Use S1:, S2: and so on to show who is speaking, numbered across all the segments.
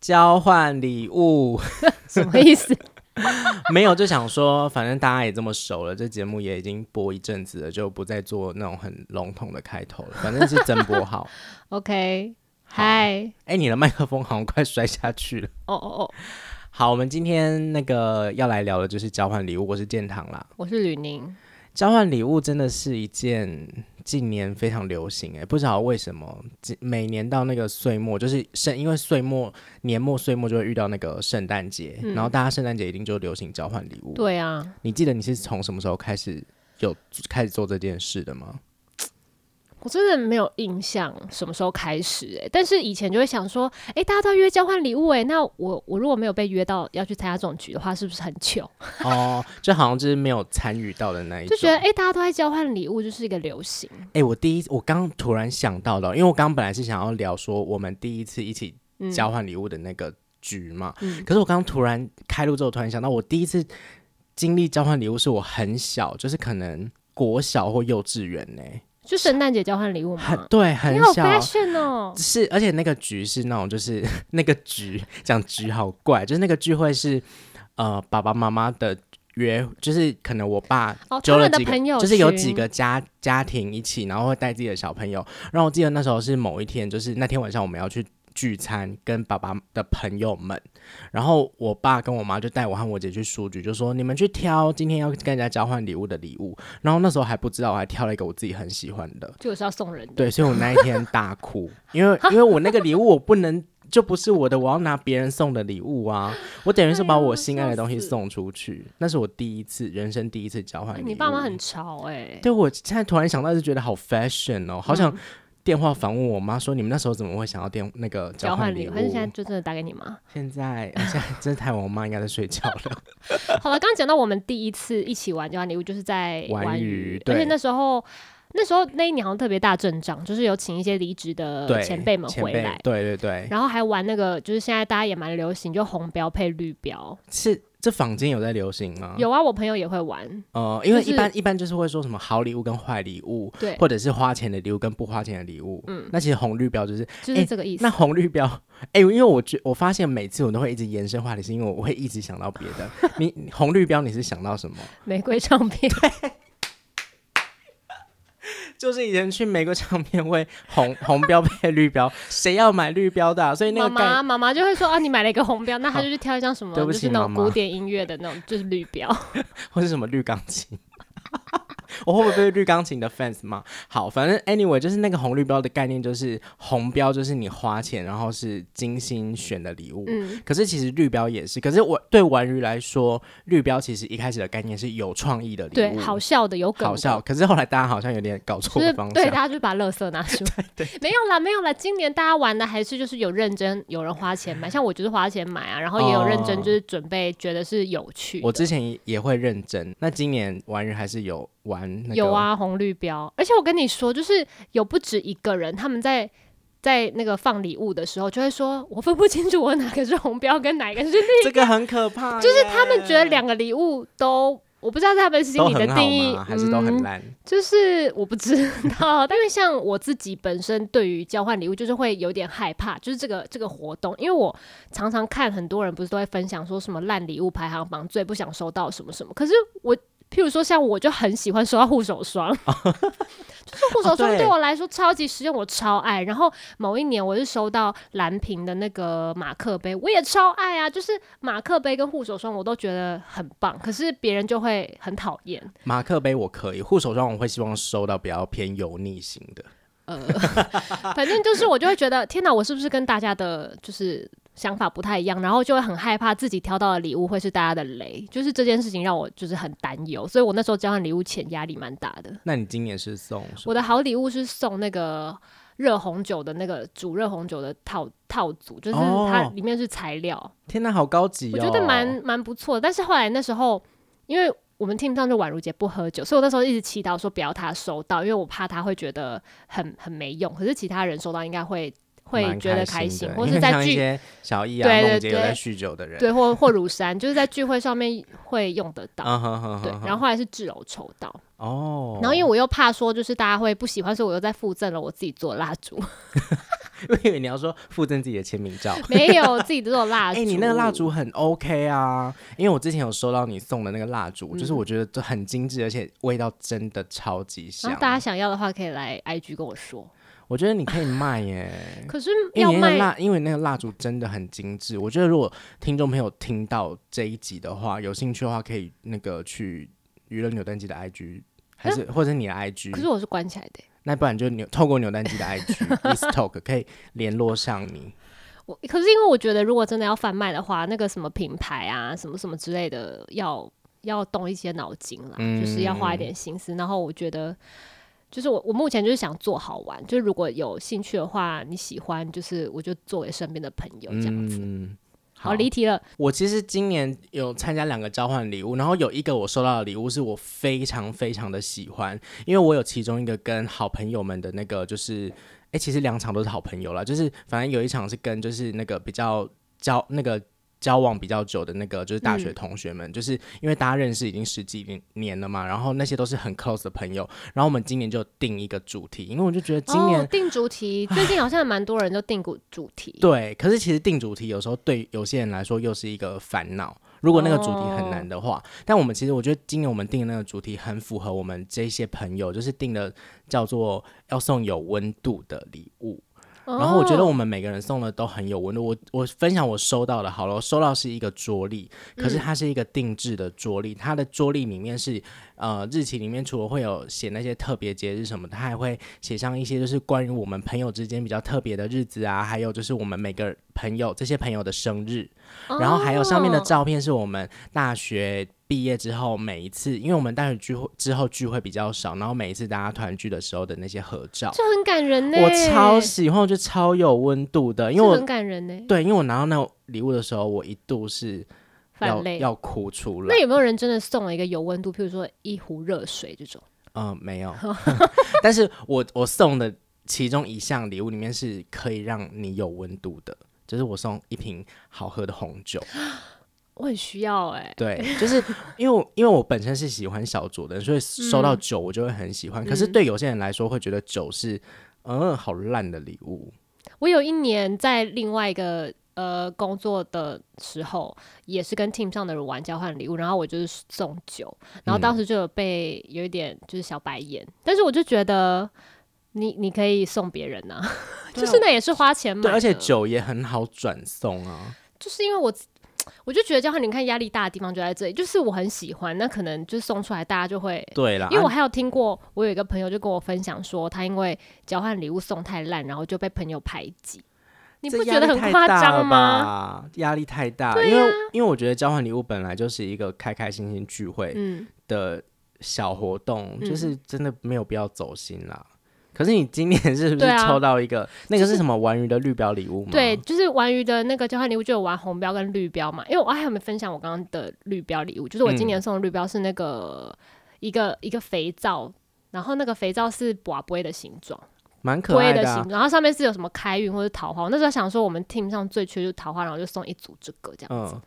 S1: 交换礼物，
S2: 什么意思？
S1: 没有就想说，反正大家也这么熟了，这节目也已经播一阵子了，就不再做那种很笼统的开头了。反正是真播好。
S2: OK，
S1: 好
S2: 嗨，
S1: 哎、你的麦克风好像快摔下去了。
S2: 哦哦哦，
S1: 好，我们今天那个要来聊的就是交换礼物，我是建堂啦。
S2: 我是吕宁，
S1: 交换礼物真的是一件近年非常流行、欸，哎，不知道为什么，近每年到那个岁末，就是圣，因为岁末、年末、岁末就会遇到那个圣诞节，然后大家圣诞节一定就流行交换礼物。，
S2: 对啊，
S1: 你记得你是从什么时候开始有开始做这件事的 吗？
S2: 我真的没有印象什么时候开始哎、但是以前就会想说，哎、大家都在约交换礼物哎、那我我如果没有被约到要去参加这种局的话，是不是很糗？
S1: 哦，就好像就是没有参与到的那一种，
S2: 就觉得哎、诶大家都在交换礼物，就是一个流行。
S1: 哎、我第一，我刚突然想到的哦，因为我刚本来是想要聊说我们第一次一起
S2: 嗯
S1: 交换礼物的那个局嘛，可是我刚突然开录之后，突然想到我第一次经历交换礼物是我很小，就是可能国小或幼稚园呢、
S2: 就圣诞节交换礼物
S1: 很
S2: 嘛，
S1: 对，很
S2: 你好
S1: 小。
S2: fashion 哦、
S1: 是，而且那个局是那种，就是 那个局讲局好怪，就是那个聚会是呃爸爸妈妈的约，就是可能我爸
S2: 哦，
S1: 揪
S2: 他
S1: 了
S2: 们的
S1: 几个
S2: 朋友，
S1: 就是有
S2: 群
S1: 几个家家庭一起，然后会带自己的小朋友。然后我记得那时候是某一天，就是那天晚上我们要去聚餐，跟爸爸的朋友们。然后我爸跟我妈就带我和我姐去书局，就说你们去挑今天要跟人家交换礼物的礼物。然后那时候还不知道，我还挑了一个我自己很喜欢的。
S2: 就是要送人的，
S1: 对，所以我那一天大哭，因为因为我那个礼物我不能。就不是我的，我要拿别人送的礼物啊！我等于是把
S2: 哎呦
S1: 我心爱的东西
S2: 笑死
S1: 送出去，那是我第一次人生第一次交换礼物。
S2: 你爸妈很潮哎、
S1: 对，我现在突然想到，就觉得好 fashion 哦，好想
S2: 嗯
S1: 电话访问我妈说，你们那时候怎么会想要电那个
S2: 交换
S1: 换
S2: 礼
S1: 物？
S2: 物，还是现在就真的打给你吗？
S1: 现在现在真的太晚，我妈应该在睡觉了。
S2: 好了，刚刚讲到我们第一次一起玩交换礼物，就是在
S1: 玩
S2: 玩
S1: 鱼
S2: 鱼，
S1: 对
S2: 而且那时候那时候那一年好像特别大阵仗，就是有请一些离职的
S1: 对，
S2: 呃前辈们
S1: 前
S2: 回
S1: 辈哎
S2: 来，
S1: 对对对，
S2: 然后还玩那个，就是现在大家也蛮流行，就红标配绿标。
S1: 是这坊间有在流行吗？，
S2: 有啊，我朋友也会玩，
S1: 呃，因为
S2: 就
S1: 一
S2: 是
S1: 般一般就是会说什么好礼物跟坏礼物，
S2: 对，
S1: 或者是花钱的礼物跟不花钱的礼物。嗯，那其实红绿标就是
S2: 就是这个意思。
S1: 哎那红绿标， 哎、因为我觉我发现每次我都会一直延伸话题，是因为我会一直想到别 的。你你红绿标你是想到什么？
S2: 玫瑰唱片，
S1: 就是以前去玫瑰唱片会 红红标配绿标，谁要买绿标的啊、所以那
S2: 妈
S1: 个概
S2: 妈妈妈就会说啊，你买了一个红标，那他就去挑一张什么，
S1: 对不
S2: 就
S1: 起
S2: 是那种
S1: 妈妈
S2: 古典音乐的那种，就是绿 标。
S1: 或是什么绿钢琴。 我会不会被绿钢琴的 fans 骂？好，反正 anyway 就是那个红绿标的概念，就是红标就是你花钱，然后是精心选的礼物。
S2: 嗯，
S1: 可是其实绿标也是，可是我对玩鱼来说，绿标其实一开始的概念是有创意的礼物，
S2: 对，好笑的，有梗的，
S1: 好笑。可是后来大家好像有点搞错
S2: 就是
S1: 方向，
S2: 对，大家就把垃圾拿出 来。没有啦，没有啦。今年大家玩的还是就是有认真，有人花钱买，像我就是花钱买啊，然后也有认真，
S1: 哦
S2: 就是准备觉得是有趣的。
S1: 我之前也会认真，那今年玩鱼还是有玩那个
S2: 有，啊，红绿标。而且我跟你说，就是有不止一个人，他们在。在那个放礼物的时候，就会说：“我分不清楚我哪个是红标跟哪一个是绿。
S1: 这个很可怕”耶，
S2: 就是他们觉得两个礼物都，我不知道在他们心
S1: 都
S2: 里的
S1: 很好
S2: 定义
S1: 吗？还是都
S2: 嗯
S1: 很烂？
S2: 就是我不知道，但是像我自己本身对于交换礼物就是会有点害怕，就是这个这个活动，因为我常常看很多人不是都会分享说什么烂礼物排行榜最不想收到什么什么，可是我譬如说像我就很喜欢收到护手霜， 就是护手
S1: 哦
S2: 霜
S1: 对
S2: 对我来说超级实用，我超爱。然后某一年我是收到蓝瓶的那个马克杯，我也超爱啊，就是马克杯跟护手霜我都觉得很棒，可是别人就会很讨厌。
S1: 马克杯我可以，护手霜我会希望收到比较偏油腻型的。
S2: 呃， 反正就是我就会觉得，天哪，我是不是跟大家的就是想法不太一样？然后就会很害怕自己挑到的礼物会是大家的雷，就是这件事情让我就是很担忧，所以我那时候交换礼物前压力蛮大的。
S1: 那你今年是送什么
S2: 我的好礼物是送那个热红酒的那个煮热红酒的套套组，就是
S1: 哦
S2: 它里面是材料，
S1: 天哪，好高级、哦！
S2: 我觉得蛮蛮不错的。但是后来那时候，因为我们 team 上就宛如姐不喝酒，所以我那时候一直祈祷说不要她收到，因为我怕她会觉得很很没用。可是其他人收到应该会会
S1: 蛮
S2: 觉得
S1: 开
S2: 心，
S1: 的
S2: 或
S1: 因
S2: 是
S1: 为
S2: 在
S1: 像一
S2: 聚
S1: 些小易啊、
S2: 对对
S1: 梦姐有在
S2: 对
S1: 酗酒的人，
S2: 对或或如山，就是在聚会上面会用得到。
S1: 啊哈哈，
S2: 对，然后后来是智柔抽到，
S1: 哦，
S2: 然后因为我又怕说就是大家会不喜欢，所以我又在附赠了我自己做的蜡烛。
S1: 我以为你要说附赠自己的签名照。
S2: 没有自己的这种蜡
S1: 哎、
S2: 烛。
S1: 你那个蜡烛很 OK 啊，因为我之前有收到你送的那个蜡烛，
S2: 嗯
S1: 就是我觉得都很精致，而且味道真的超级
S2: 然
S1: 香
S2: 后。大家想要的话，可以来 IG 跟我说。
S1: 我觉得你可以卖耶、
S2: 可是
S1: 因 哎
S2: 要
S1: 为你那个
S2: 卖
S1: 蜡，因为那个蜡烛真的很精致。我觉得如果听众朋友听到这一集的话，有兴趣的话，可以那个去娱乐扭蛋机的 IG，还是、或者你的
S2: 嗯可是
S1: IG，
S2: 我是关起来的欸、
S1: 那不然就扭透过扭蛋机的 IG East Talk 可以联络上你。
S2: 我可是因为我觉得，如果真的要贩卖的话，那个什么品牌啊，什么什么之类的，要要动一些脑筋啦，
S1: 嗯
S2: 就是要花一点心思。然后我觉得，就是我我目前就是想做好玩，就是如果有兴趣的话，你喜欢，就是我就做给身边的朋 友这样子。
S1: 嗯，
S2: 好，离题了，
S1: 我其实今年有参加两个交换礼物，然后有一个我收到的礼物是我非常非常的喜欢，因为我有其中一个跟好朋友们的那个就是，哎、其实两场都是好朋友啦，就是反正有一场是跟就是那个比较交那个。交往比较久的那个就是大学同学们，就是因为大家认识已经十几年了嘛，然后那些都是很 close 的朋友，然后我们今年就定一个主题，因为我就觉得今年
S2: 哦、定主题，最近好像蛮多人都定主主题。
S1: 对，可是其实定主题有时候对有些人来说又是一个烦恼。如果那个主题很难的话，但我们其实我觉得今年我们定的那个主题很符合我们这些朋友，就是定的叫做要送有温度的礼物。
S2: 哦，
S1: 然后我觉得我们每个人送的都很有温度。我我分享我收到的，好了，我收到是一个桌历，可
S2: 嗯
S1: 是它是一个定制的桌历，它的桌历里面是呃日期里面除了会有写那些特别节日什么的，它还会写上一些就是关于我们朋友之间比较特别的日子啊，还有就是我们每个朋友这些朋友的生日，然后还有上面的
S2: 哦
S1: 照片是我们大学毕业之后每一次，因为我们大学聚会之后聚会比较少，然后每一次大家团聚的时候的那些合照。
S2: 这很感人呢、
S1: 我超喜欢，我觉得超有温度的，因为
S2: 这
S1: 我
S2: 很感人呢、
S1: 对，因为我拿到那礼物的时候，我一度是要
S2: 反累。
S1: 要哭出来
S2: 那。有没有人真的送了一个有温度，譬如说一壶热水这种？
S1: 嗯、没有，
S2: 哦
S1: 但是我我送的其中一项礼物里面是可以让你有温度的，就是我送一瓶好喝的红酒。
S2: 我很需要哎、
S1: 对， 就是因为我因为我本身是喜欢小酌的，所以收
S2: 嗯
S1: 到酒我就会很喜欢。可是对有些人来说，会觉得酒是嗯好烂的礼物。
S2: 我有一年在另外一个呃工作的时候，也是跟 team 上的人玩交换礼物，然后我就是送酒，然后当时就有被有一点就是小白眼，但是我就觉得你你可以送别人呐、啊就是那也是花钱买的，
S1: 对，而且酒也很好转送啊。
S2: 就是因为我。我就觉得交换礼物，你看压力大的地方就在这里，就是我很喜欢，那可能就送出来，大家就会
S1: 对啦，
S2: 因为我
S1: 啊
S2: 还有听过，我有一个朋友就跟我分享说，他因为交换礼物送太烂，然后就被朋友排挤。你
S1: 这
S2: 不觉
S1: 压
S2: 得
S1: 力
S2: 很
S1: 太
S2: 夸
S1: 大了
S2: 张吗？啊
S1: 吧？压力太大，因为因为我觉得交换礼物本来就是一个开开心心聚会
S2: 嗯，
S1: 的小活动，
S2: 嗯
S1: 就是真的没有必要走心啦。可是你今年 是不
S2: 对
S1: 是
S2: 啊
S1: 抽到一个、那个
S2: 就是
S1: 是什么玩鱼的绿标礼物吗？
S2: 对，，就是玩鱼的那个交换礼物就有玩红标跟绿标嘛。因为我还有没有分享我刚刚的绿标礼物，就是我今
S1: 嗯
S2: 年送的绿标是那个、一个一个肥皂，然后那个肥皂是瓦杯的形状，
S1: 蛮可
S2: 龟
S1: 爱
S2: 的
S1: 的
S2: 形
S1: 啊、
S2: 状，然后上面是有什么开运或者桃花。我那时候想说我们 team 上最缺就是桃花，然后就送一组这个这样子。
S1: 嗯，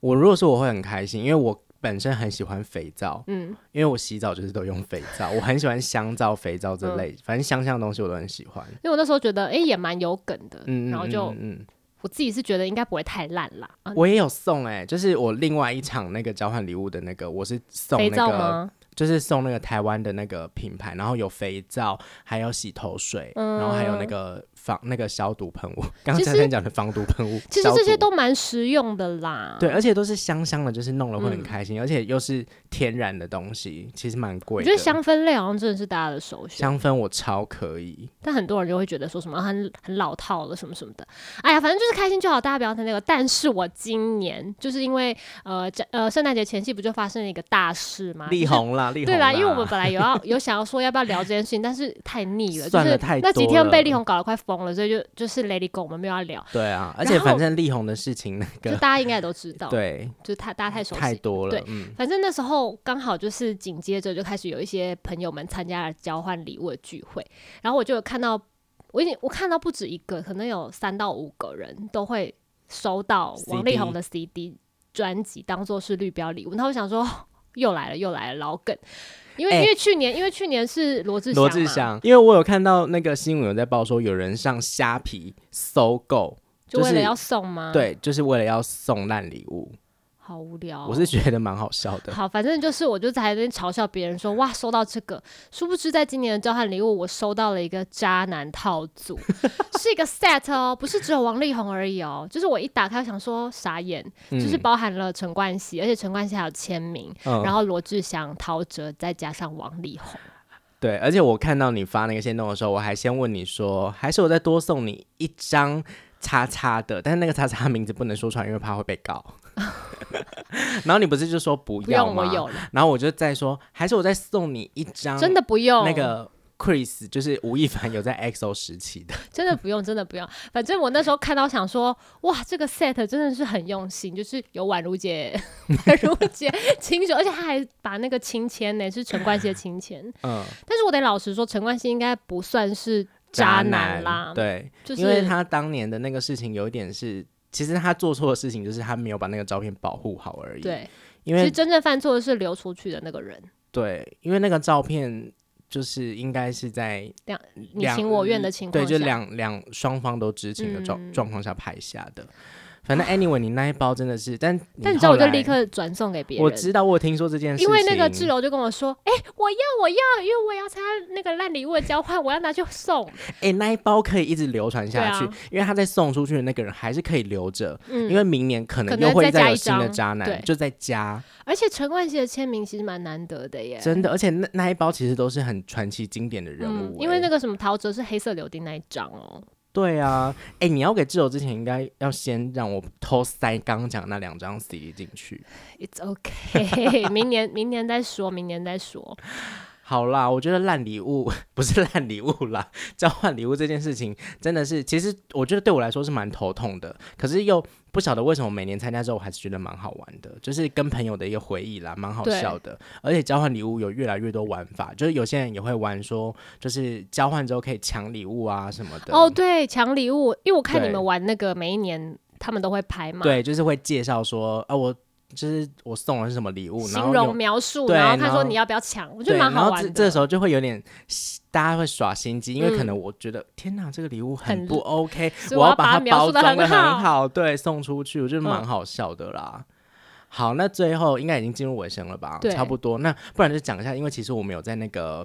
S1: 我如果说我会很开心，因为我本身很喜欢肥皂，
S2: 嗯，
S1: 因为我洗澡就是都用肥皂，我很喜欢香皂、肥皂
S2: 嗯
S1: 这类，反正香香的东西我都很喜欢。
S2: 因为我那时候觉得哎、诶也蛮有梗的，
S1: 嗯，嗯
S2: 然后就。
S1: 嗯嗯嗯
S2: 我自己是觉得应该不会太烂啦。啊，
S1: 我也有送哎、就是我另外一场那个交换礼物的那个，我是送
S2: 啊肥
S1: 那
S2: 皂
S1: 个，
S2: 吗？
S1: 就是送那个台湾的那个品牌，然后有肥皂，还有洗头水，
S2: 嗯
S1: 然后还有那个防那个消毒喷 雾，刚刚
S2: 其实
S1: 珊珊讲的防毒喷雾，
S2: 其实
S1: 消
S2: 这些
S1: 毒
S2: 都蛮实用的啦。
S1: 对，，而且都是香香的，就是弄了会很
S2: 嗯
S1: 开心，而且又是天然的东西，其实蛮
S2: 我
S1: 贵
S2: 觉
S1: 的。
S2: 得香氛类好像真的是大家的首选，
S1: 香氛我超可以，
S2: 但很多人就会觉得说什么啊很很老套了什么什么的。哎呀，反正就是开心就好，大家不要太那个。但是我今年就是因为呃这呃圣诞节前夕不就发生了一个大事吗？
S1: 力
S2: 啊就是
S1: 宏啦，力宏
S2: 对啦，因为我们本来有要 有想要说要不要聊这件事情，但是太腻了，
S1: 算
S2: 就是
S1: 了太
S2: 那几
S1: 多
S2: 天被
S1: 了
S2: 力宏搞得快疯了，所以就就是 Lady Go 我们没有要聊，
S1: 对啊，而
S2: 然
S1: 且反
S2: 后
S1: 正力宏的事情那
S2: 就
S1: 个
S2: 大家应该也都知道，，
S1: 对
S2: 就是太大家太熟悉
S1: 太多了
S2: 对，
S1: 嗯，
S2: 反正那时候刚好就是紧接着就开始有一些朋友们参加了交换礼物的聚会，然后我就有看到，我已经我看到不止一个，可能有三到五个人都会收到
S1: CD
S2: 王力宏的 CD 专辑当做是绿标礼物，然后我想说。 又来了，又来了，老梗。因为、
S1: 哎
S2: 因为去年，因为去年是罗志祥
S1: 罗
S2: 嘛
S1: 志，祥，因为我有看到那个新闻有在报说，有人上虾皮搜购，
S2: 就为
S1: 就
S2: 了
S1: 是
S2: 要送吗？，
S1: 对，就是为了要送烂礼物。
S2: 好无聊哦。
S1: 我是觉得蛮好笑的。
S2: 好，反正就是我就在那边嘲笑别人说哇，收到这个，殊不知在今年的交换礼物，我收到了一个渣男套 组，是一个 set 哦，不是只有王力宏而已哦，就是我一打开我想说傻眼，就是包含了陈冠希，而且陈冠希还有签名，
S1: 嗯
S2: 然后罗志祥、陶喆再加上王力宏，
S1: 对，而且我看到你发那个线动的时候，我还先问你说，还是我再多送你一张叉叉的，但是那个叉叉名字不能说出来，因为怕会被 告。然后你不是就说不
S2: 不
S1: 要
S2: 用
S1: 吗？
S2: 我有了，
S1: 然后我就再说，还是我再送你一张，
S2: 真的不用
S1: 那个 Chris 就是吴亦凡有在 EXO 时期 的，
S2: 真的不用，真的不用。反正我那时候看到想说，哇，这个 set 真的是很用心，就是有宛 如姐、宛如姐亲手，而且他还把那个亲签呢，是陈冠希的亲签。
S1: 嗯，
S2: 但是我得老实说，陈冠希应该不算是渣男啦，
S1: 对，
S2: 就是
S1: 因为他当年的那个事情有一点是，其实他做错的事情就是他没有把那个照片保护好而已。，
S2: 对，
S1: 因
S2: 其
S1: 为
S2: 实真正犯错的是流出去的那个人，
S1: 对，因为那个照片就是应该是在
S2: 你
S1: 两
S2: 情我愿的情况
S1: 对，
S2: 下，
S1: 就两两双方都知情的状、
S2: 嗯
S1: 状况下拍下的。反正 anyway，你那一包真的是，但
S2: 但你知道，
S1: 后
S2: 我就
S1: 来啊
S2: 立刻转送给别人。
S1: 我知道，我有听说这件事情，
S2: 因为那个志柔就跟我说：“哎、我要，我要，因为我也要参加那个烂礼物的交换，我要拿去送。
S1: 哎、那一包可以一直流传下去，
S2: 对啊
S1: 因为他在送出去的那个人还是可以留着，”
S2: 嗯
S1: 因，为明年可
S2: 可
S1: 能
S2: 能
S1: 又会
S2: 再加
S1: 有
S2: 一
S1: 新的
S2: 张
S1: 渣男
S2: 对，
S1: 就在加，
S2: 而且陈冠希的签名其实蛮难得的耶，
S1: 真的，而且那那一包其实都是很传奇经典的人
S2: 嗯
S1: 物欸、
S2: 因为那个什么陶喆是黑色柳丁那一张哦，
S1: 对啊，哎、你要给挚友之前，应该要先让我偷塞刚刚讲那两张 CD 进去。
S2: ，It's OK，明 年明年再说，明年再说。
S1: 好啦，我觉得烂礼物 不是烂礼物啦， 交换礼物这件事情真的是，其实我觉得对我来说是蛮头痛的，可是又不晓得为什么每年参加之后，我还是觉得蛮好玩的，就是跟朋友的一个回忆啦，蛮好
S2: 对
S1: 笑的。而且交换礼物有越来越多玩法，就是有些人也会玩说，就是交换之后可以抢礼物啊什么的。
S2: 哦，对，抢礼物，因为我看
S1: 对
S2: 你们玩那个，每一年他们都会拍嘛，，
S1: 对，就是会介绍说，啊，我就是我送了是什么礼物，然
S2: 形
S1: 后有
S2: 容描述，
S1: 对
S2: 然后
S1: 然
S2: 看
S1: 后
S2: 说你要不要抢，我觉
S1: 对，
S2: 得蛮
S1: 然
S2: 好
S1: 后
S2: 玩
S1: 这
S2: 的。
S1: 这时候就会有点，大家会耍心机，因为可
S2: 嗯
S1: 能我觉得、天哪，这个礼物
S2: 很
S1: 很不 OK，
S2: 所以
S1: 我
S2: 我
S1: 要
S2: 要把
S1: 它
S2: 它描
S1: 包
S2: 述得
S1: 装的
S2: 很
S1: 很
S2: 好
S1: 好，对，送出去，我觉得蛮
S2: 嗯
S1: 好笑的啦。好，那最后应该已经进入尾声了吧？
S2: 对
S1: 差不多。那不然就讲一下，因为其实我们有在那个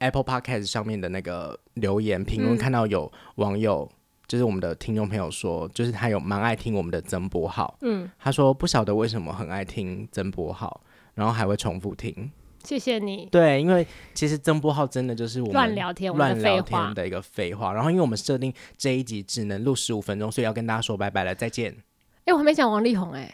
S1: Apple Podcast 上面的那个留言评论
S2: 嗯
S1: 看到有网友。就是我们的听众朋友说，就是他有蛮爱听我们的曾博浩，
S2: 嗯，
S1: 他说不晓得为什么很爱听曾博浩，然后还会重复听。
S2: 谢谢你
S1: 对，因为其实曾波浩真的就是我们
S2: 乱聊天，我们
S1: 乱
S2: 的废
S1: 聊
S2: 话
S1: 天，的一个废话。然后，因为我们设定这一集只能录十五分钟，所以要跟大家说拜拜了，再见。
S2: 哎，我还没讲王力宏哎，